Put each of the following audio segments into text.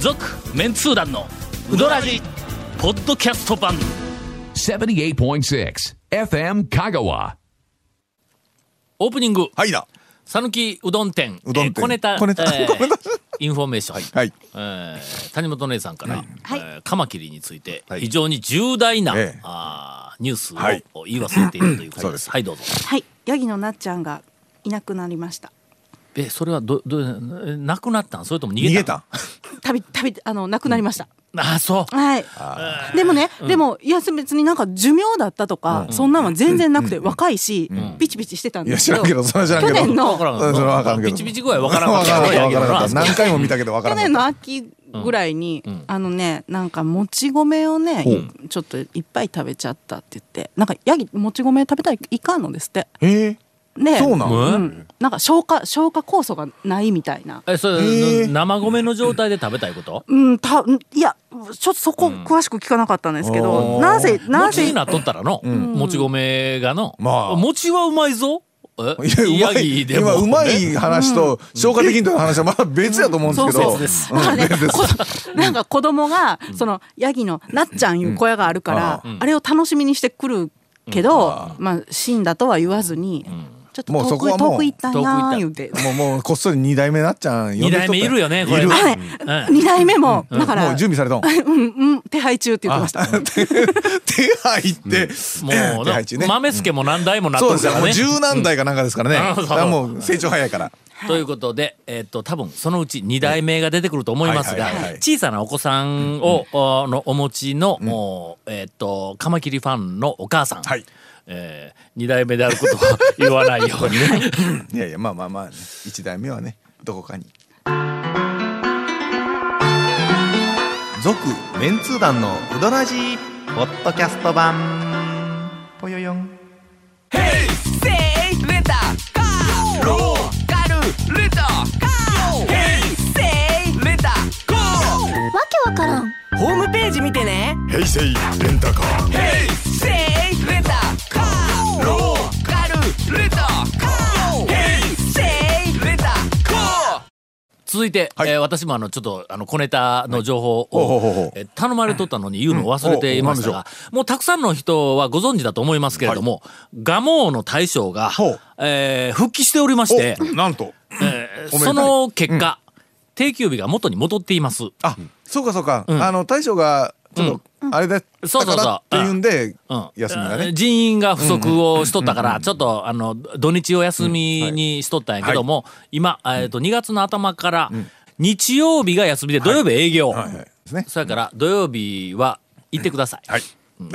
続メンツー団のウドラジポッドキャスト版78.6 FM Kagawa. オープニングはいだ。讃岐うどん店うどえん店ー小ネタ小ネタえーごめんなさインフォメーション、はい。えー谷本姉さんから、はいえーカマキリについてはい非常に重大な、ええあーニュースを、はい言い忘れているということそうで。ですすはい、どうぞ。はい、ヤギのなっちゃんがいなくなりました。え、それはど、ど、えなくなったんそれとも逃逃げげたんた。旅旅あのなくなりました。あー、そう。はい。でもね、でもいや別になんか寿命だったとか、そんなんは全然なくて若いし、ピチピチしてたんいでや、す知けらど。んけど、それは知らんけ去ど。年のわから うんんそれはわからんけど。ビチビチ具合わからんわからんかった。やわけかどらんかった。な何回も見たけどわか去らんか年っの秋ぐらいに、あのねなんかもち米をね、ちょっといっぱい食べちゃったって言ってなんかヤギもち米食べたらいかんのですってた。えねえ。そうなんうんうん、なんか消化消化酵素がないみたいなえ、そへれ、ー生米の状態で食べたいことうん、たんいやちょっとそこ詳しく聞かなかったんですけど、おーなぜな餅ぜになっとったらの、もち米がの、まあ餅はうまいぞ。いや、うまい。でも今、うまねい話と、消化的にとの話はまだ別やと思うんですけそど。うでだからね、 こなんか子供がそのヤギのなっちゃんいう小屋があるから、あれを楽しみにしてくるけど、まあ死んだとは言わずに、ちょっともう遠そこくはもう遠く行ったんやー言うて。もう、もう、こっそり二代目なっちゃん呼二んできとっ代た。目いるよね、これ。いるあれ、二代目も、だかもらう、準備されたん。うんうん、手配中って言ってました。手配って、もう手な、配中ね。豆助も何代もなっそうとるですからよ。もうね。十何代かなんかですからね。うんだからもう成長早いから。ということで、えっと、多分そのうち2代目が出てくると思いますがはいはいはいはい、小さなお子さんを、あのお持ちの、おえっと、カマキリファンのお母さん。はいえー、2代目であることは言わないように ね。いやいや、まあまあまあね、一代目はね、どこかに。続メンツー団のウドラジーポッドキャスト版ぽよよんホームページ見てね続いて、はいえー私もあのちょっとあの小ネタの情報はいほうほうほうをほうえー頼まれとったのに言うのを忘れていましたうんおうおうが、もうたくさんの人はご存知だと思いますけれども、蒲生の大将がほう、えー復帰しておりまして、おなんと。えーおめでたいその結果、定休日が元に戻っています。あ、そうかそうか。あの大将がちょっとあれだったそうそうそうからっていうんでうん、休みがえーね。人員が不足をしとったから、ちょっとあの土日を休みにしとったんやけども、今、えー、と2月の頭から、日曜日が休みで土曜日営業。はいはい。ですね。そやから土曜日は行ってください。はい。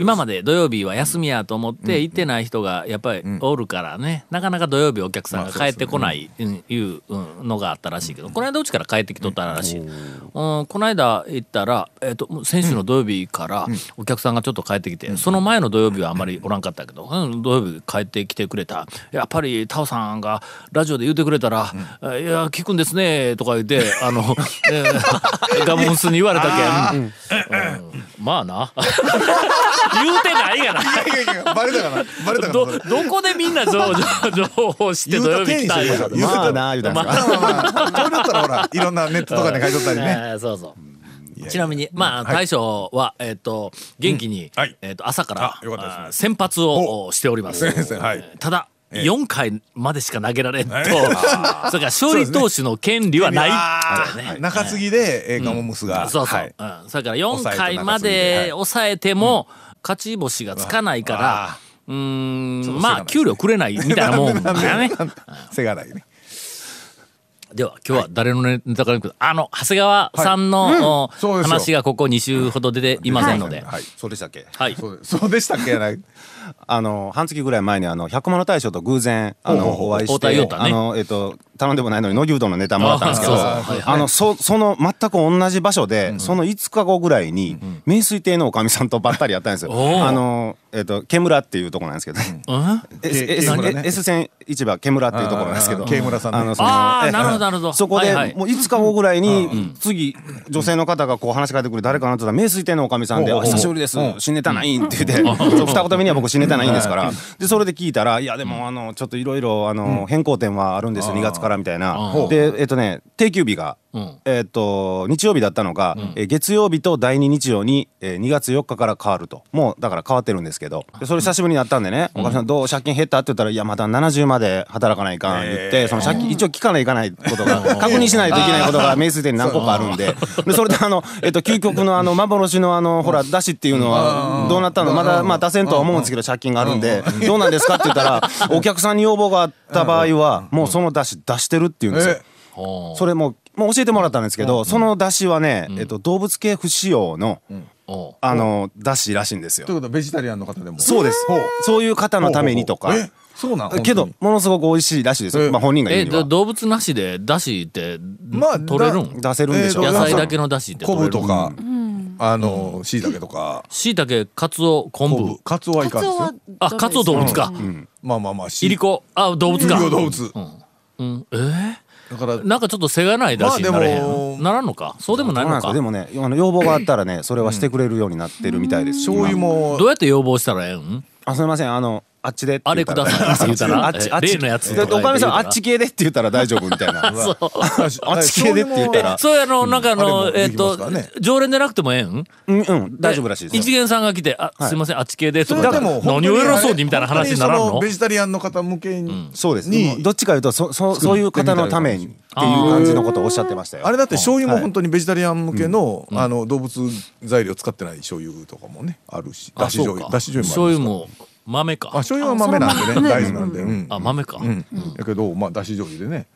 今まで。で土曜日は休みやと思って行ってない人がやっぱりおるからね、なかなか土曜日お客さんが帰ってこないうんいううんのがあったらしいけど、この間うちから帰ってきとったらしい。うん、この間行ったら、えっともう先週の土曜日からお客さんがちょっと帰ってきて、その前の土曜日はあんまりおらんかったけど、うん、土曜日帰ってきてくれた。やっぱりタオさんがラジオで言ってくれたら、いや聞くんですねとか言ってあの、えー ガモンスに言われたけん。うんまあな 言うてないがな。いやいやいやバレたかな。バレたかなどそれ。どこでみんな情報情報して土曜日来たん言うやた手にしてください言うまあな言うたんですかまあまあまあ。これだったらほらいろんなネットとかで書いとったりね。えーそうそう。ちなみに、まあ、大将は、えっ、と、元気に、はいえっ、と、朝から、あよかったですねあー先発をしております。先生はいただ、4回までしか投げられんと、い それから勝利投手の権利はないあというねー中継ぎでえーガモムスが。そうそう、はいうん、それから4抑えと回中継ぎまではい抑えても勝ち星がつかないからあ、うーそんうまあ給料くれないみたいなもんだよね。背がないね。では今日は誰のネタからいくあの長谷川さんの、うんそうですよ話がここ2週ほど出ていませんので、はい。そうでしたっけはいそうそうでしたっけない。あの半月ぐらい前にあの百万の大将と偶然あほうほうのほうお会いおし互い言うてたねあのえっと頼んでもないのに野牛丼のネタもらったんですけどあーそうそうあのそその全く同じ場所でその5日後ぐらいに名水亭のおかみさんとばったりやったんですよおーあのえっと毛村っていうところなんですけど うん、 S, け S, 毛村ね S 線市場毛村っていうところなんですけどあー毛村さんねのそのあーえなるほどなるほどそこはでいはいもう5日後ぐらいに次女性の方がこう話しかけてくる誰かなと思ったら名水亭のおかみさんで「ほうあほうほう久しぶりですうん新ネタないん」って言って そう二言目には僕新ネタないんですからでそれで聞いたら「いやでもあのちょっといろいろあの変更点はあるんですよ2月から」みたいなうんでえっとね定休日がうんえーっと日曜日だったのが、えー月曜日と第2日曜に、えー2月4日から変わるともうだから変わってるんですけどでそれ久しぶりになったんでね「おかみさんどう借金減った?」って言ったら「いやまだ70まで働かないかん」言って、その借金一応聞かないかないことが確認しないといけないことが名水店に何個かあるんででそれであの、えーっと究極のあの幻のあのほらだしっていうのはどうなったのまだまあ出せんとは思うんですけど借金があるんで「どうなんですか?」って言ったらお客さんに要望があった場合はもうそのだし出してるっていうんですよえ。ほそれももう教えてもらったんですけど、その出汁はね、えっと、動物系不使用の、うほあの出汁らしいんですよということはベジタリアンの方でもそうですほうそういう方のためにとかえそうなんけど本ものすごく美味しいらしいですよ、えまあ、本う人が言えうにはど動物なしでだしってまあ取れるん出せるんでしょう、え野ー菜だけのだしって当に取れ昆る布んとかあのしいたけとかしいたけかつお昆昆布布カツオはいカかんでツオすよはあカツオ動物か、まあまあまあしいりこあ動物かいりこ動物うん、えーだからなんかちょっとせがないだしになれへん、まあでもならんのかそうでもないそうなんのですかよでもねあの要望があったらねそれはしてくれるようになってるみたいです、醤油もどうやって要望したらええんあすみませんあのあっちでってあれくださいって言うたらあっちあっえち例のやつとか言うでたらおかみさんあっち系でって言ったら大丈夫みたい なあっち系でって言ったらそうやのなんかあの、あれもえでっ、きますと、からね常連でなくてもええんうんうん大丈夫らしいです一よ元さんが来て「あすいません、あっち系で」とそかれでも何を偉そうにみたいな話にならん本当にそのベジタリアンの方向けにそうですにもうどっちかいうとそそそういう方のためにっていう感じのことをおっしゃってましたよあれだって醤油はもい本当にベジタリアン向けの、あの動物材料使ってない醤油とかもねあるしだあしそ醤うか油だし醤醤油油もも豆かありますからあ醤油は豆なんでねあ大豆なんでうんあ豆か、うんだけどまあだし醤油でね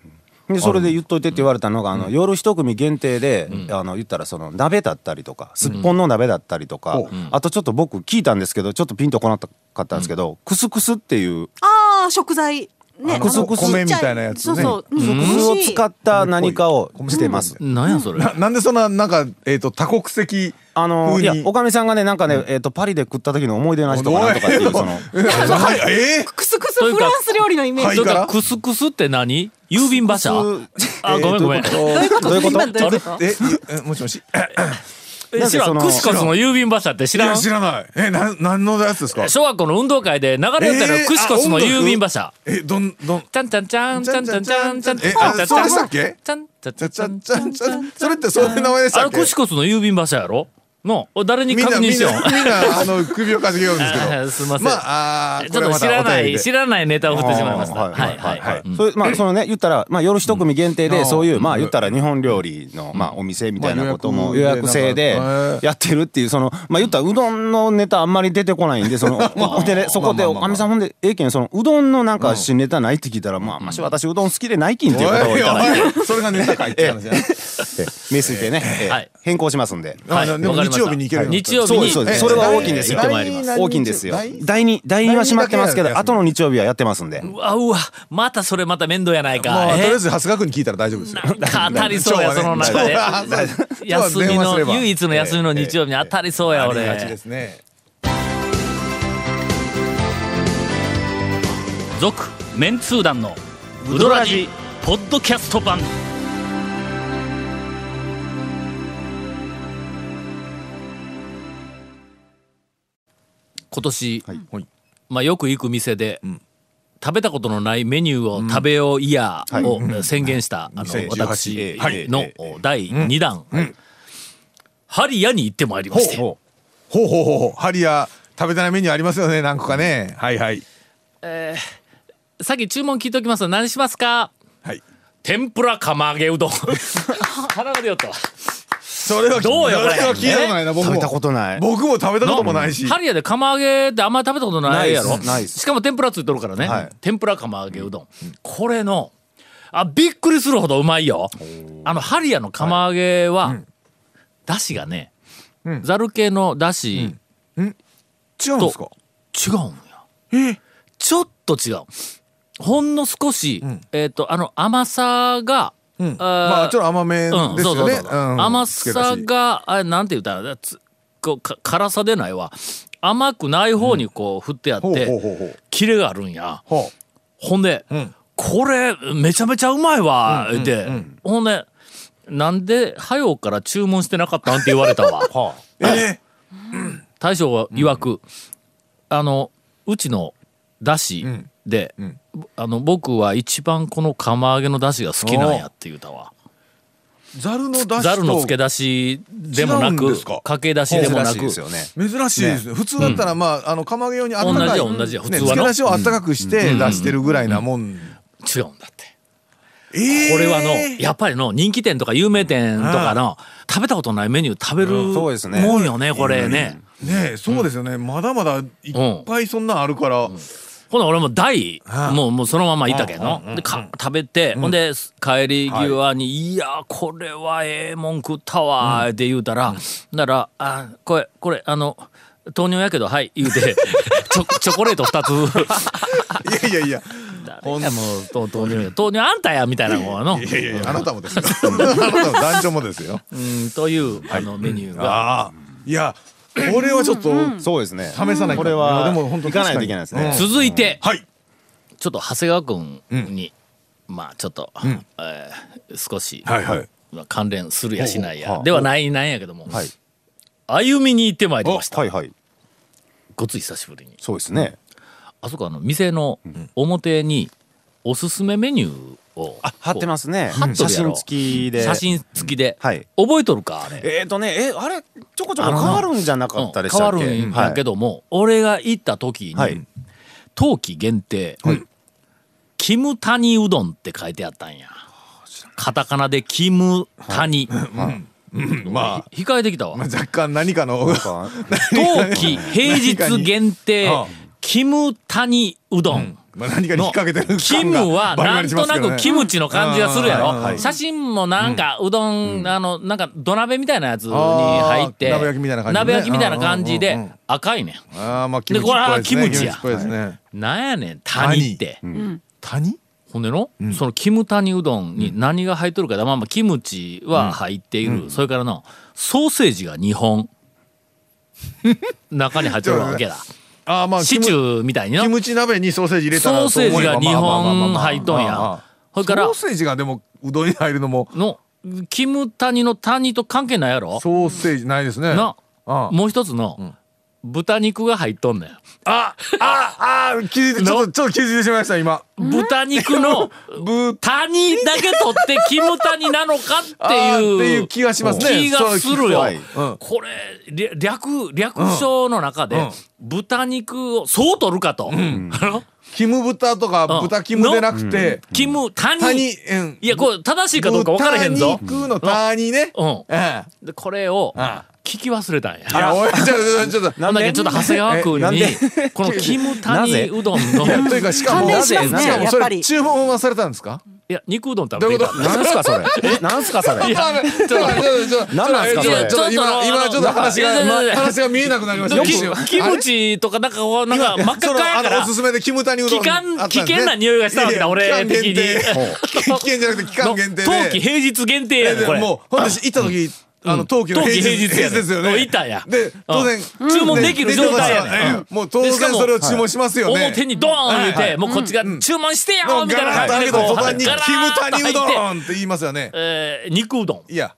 でそれで言っといてって言われたのがあの夜一組限定であの言ったらその鍋だったりとかすっぽんの鍋だったりとかうんあとちょっと僕聞いたんですけどちょっとピンとこなかったんですけどクスクスっていうああ食材ねあのあのクスクスちっちゃ米みたいなやつねそうそうクスクスを使っった何かをしてます。なんやそれななんでそんななんかえっ、と多国籍あの風いやにおかみさんがねなんかねえっとパリで食った時の思い出の味とかなんとかっていうそのえはいえクスクスフランス料理のイメーはジそいれかかららクスクスって何郵便馬車あごめんごめん、どういうことどういうこと今どういうことえええもしもしえなん知でらそんのクシコスの郵便馬車って知いらやん知らないえな何のやつですか小学校の運動会で流れてえるークシコスのあ音楽郵便馬車えどんどんちゃんちゃんちゃんちゃんちゃんちゃんちゃんちゃんえちゃんちゃんあそうでしたっけちゃんちゃんちちゃゃんちゃちちゃゃんちゃそれってそういう名前でしたあっれけクシコスの郵便馬車やろの誰にみん確なみ認んしようなみんなあの首をかしげようんですけあどー すいませんまああーちょっと知らない知らないネタを振ってしまいましたあーはいはいはいうんそれまあそのね言ったらまあ夜一組限定うでんそういううんまあ言ったら日本料理のまあお店みたいなことまもあ予予約約制でなんかへえやってるっていうそのまあ言ったらうどんのネタあんまり出てこないんでそのおでねそこでまあおまあまあかみさんほんでええけんそのうどんのなんか新ネタないって聞いたらまあまし私うどん好きでないきんっていうことをおいいただいておいそれがネタかいって話じゃない 名水でねえはいえ変更しますんで。はいあのでもわかりました日曜日に行けるようになった日曜日にそうですえそうですそれはえ大きいんですよ行ってまいります何大きいんですよ何日第2第2は閉まってますけ第二だけどは後の日曜日はやってますんでうわうわまたそれまた面倒やないまあかとりえあえず長谷川君に聞いたら大丈夫ですよなんか当たりそうやその中で今日はね今日は 休そう今日はみ電話すれのば唯一の休みの日曜日に当たりそうやあり俺がちですね続メンツー団のウドラジポッドキャスト版今年、はいまあ、よく行く店で、食べたことのないメニューを食べようイヤーをえ宣言した、あの2018私はいのお第2弾、ハリヤに行ってまいりまして、ほうほうほうほうほうハリア食べたいメニューありますよね何個かねはいはいさっき注文聞いておきます何しますかはい天ぷら釜揚げ うどん 鼻が出よったわそれはどうよそこれはれ聞いたことないな僕食も僕べたことないも食べたこともないしハリヤで釜揚げってあんまり食べたことないやろないですないですしかも天ぷらついてるからね、はい天ぷら釜揚げうどん、これのあびっくりするほどうまいよあのハリヤの釜揚げは、だしがね、ざる系のだし、違うんですか違うんやちょっと違うほんの少し、えっ、とあの甘さが、うんーまあちょっと甘めうん、ですそうそようねそうそう、うん甘つけださしがあれなんて言ったらつこうか辛さでないわ甘くない方にこう振ってあって、ほうほうほうほうキレがあるんやほほんで、んこれめちゃめちゃうまいわ、で、ほんでなんで早うから注文してなかったんって言われたわ、 うえ大将は曰く、あのうちのだしで、あの僕は一番この釜揚げのだしが好きなんやって言うたわ、ーざるの出しとざるの付け出しでもな違うんでくすかかけ出しでもな珍しいくですよね珍しいですね普通だったら、まああの釜揚げ用にあったか同いじよ同じよ普ね通はな付け出しをあったかくして出してるぐらいなもん、違うんだって。えーこれはの、やっぱりの人気店とか有名店とかの食べたことないメニュー食べるうんそうですねもんよねこれね。ねえそうですよね、まだまだいっぱいそんなんあるから、ほな俺も大ああもうもうそのままいたけどでか食べて、ほんで帰り際に「い、やこれはええもん食ったわ」って言うたら、なら「あこれこれあの糖尿やけどはい」言うて チョチョコレート2つ。いやいや いやいやもう糖糖尿糖尿あんたやみたいなのがの。いやいやいやあなたもですよあなたも団長もですようんというあのメニューが。ああいやこれはちょっとそうですね試さないとこれいやはでも本当行かないといけないですねうん続いて、はいちょっと長谷川君に、まあちょっと、えー少し、はいはいまあ関連するやしないほうやほうではないなんやけども、はい歩みに行ってまいりました、はいはいごつい久しぶりにそうですねあそこあの店の表におすすめメニューをあ貼ってますすね貼っと写るやろ真付きで写真付きで、はい覚えとるかあれえっとねえあれちょこちょあこの変なわるんじゃなかったでし変たわっけるんやけどども、俺が行った時に、はい冬季限定、キムタニうどんって書いてあったんやカタカナでキムタニ、 まあひ控えてきたわまあ若干何かの冬季平日限定何かにキムタニうどん、まあ何かに引っ掛けてるキ感ムがはバリバなリんしまとすけなどねくキムチの感じがするやうんはろい写真もなんかうどん、あのなんか土鍋みたいなやつにあー入って鍋焼きみたいな感じね鍋焼きみたいな感じうんうんうでん赤いねんああまあキでムチっぽいですこねれはキムチやっぽいですねなんやねん谷って、谷ほんでの、そのキムタニうどんに何が入っとるかだ、まあまあキムチは入っている、それからのソーセージが2本 中に入ってるわけだああまあシチキムューみたいにのキムチ鍋にソーセージ入れたらソーセージが2本入っとんやそれかだかららソーセージがでもうどんに入るのものキムタニの谷と関係ないやろソーセージないですねなああもう一つの豚肉が入っとんねんああ気づいてちょっとちょっと気づいてしまいました今豚肉 の谷だけ取ってキムタニなのかってあいーうっていう気がしますね気がするよそう聞こはいうんこれり略略称の中で、うん豚肉をそう取るかと、あのキム豚とかうん豚キムでなくてキムタニ谷うんいやこれ正しいかどうか分からへんぞ、豚肉の谷ねうん、ええでこれをあ聞き忘れたんやいやおいちょっとちょっとちょっなんだっけちょっと長谷川君なんにでこのキムタなぜニうどんのと というかしかも関連しますねしかもやっそぱれり注文はされたんですかいや肉うどん食どういべうてこいとたなんすかそれなんすかそれちょっとちょっとちょっとなんなんすかちょっそれとちょっと今いや今ちちょっとょっとあの話いやいやいやが話が見えなくなりました一瞬キキムチとかなんかこうなんか真っ赤そっのかあやかのおらすすめでキムタニうどん期間危険な匂いがしたわけだ俺的に危険じゃなく て期間の限定で冬季平日限定やねんこれ。もう私行った時、あの冬季の冬季平平日日やねんですよねもう行ったんやで当然、うん注文できる状態やねん出てますよもう当然でしかもそれを注文しますよね表にドーン言うて、もうこっちが注文してよみたいなガラッと感開じけでこう、た途端にキガムラッとタニう入ってどんって言いますよねえー肉うどん。いや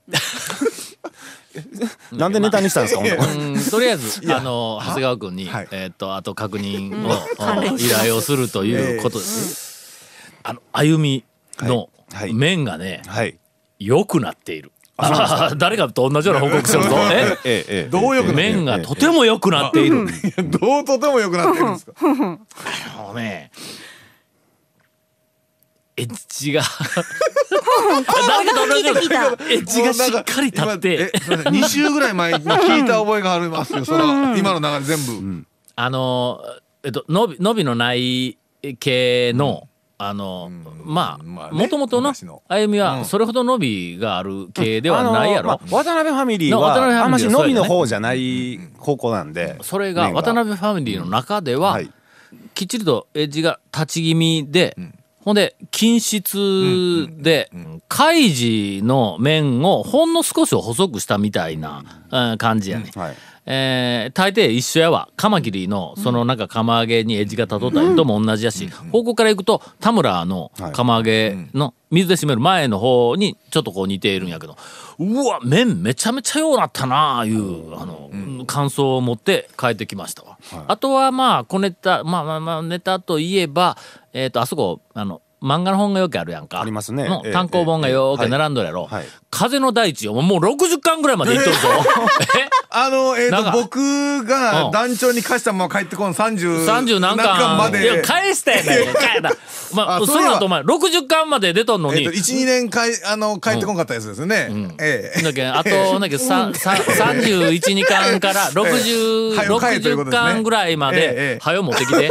なんでネタにしたんですかほんとうんとりあえず、あの、長谷川君にはい、えーっと、あと確認をうん依頼をするということです。あの、歩みのはいはい面がね、はい良くなっている。あ 誰かと同じような報告す るぞ。えええええどうよくなって面がとても良くなっている。どうとても良くなってるんです かもうね、エッジが。誰かと同じようなエッジがしっかり立って。 2週ぐらい前に聞いた覚えがありますよその今の流れ全部、あのえっと伸び伸びのない系の、あの、まあまあねもともとの昔の歩みはそれほど伸びがある系ではないやろ、あのまあ渡辺ファミリーな渡辺フはァあミんまリーしはそうやねのみの方じゃない高校なんでそれが麺渡辺ファミリーの中では、はいきっちりとエッジが立ち気味で、ほんで均質で、カイジの面をほんの少し細くしたみたいな、うん感じやね、はいえー大抵一緒やわカマキリのそのなんか釜揚げにエッジがたどったりとも同じやし、方向から行くと田村の釜揚げの水で締める前の方にちょっとこう似ているんやけどうわ麺めちゃめちゃようなったなあいうあの、感想を持って帰ってきましたわ、あとはまあ小ネタまあまあまあネタといえばえっ、とあそこあの漫画の本がよくあるやんかありますねのええ単行本がよく並んどるやろ、はいはい風の大地よもう60巻ぐらいまでいっとるぞ、 えあの、えっ、なんかと、僕うんが団長に貸したまま帰ってこん30 30何巻まで。いや返したやないか返だ、まあ、あそそれはの後お前60巻まで出とんのえっに、と、1、2年かいあの帰ってこんかったやつですよね。え えだけんあと、だけ三三十一二巻 から六十はい六早いというこ十とですね巻ぐらいまえええでえ早う持ってき て。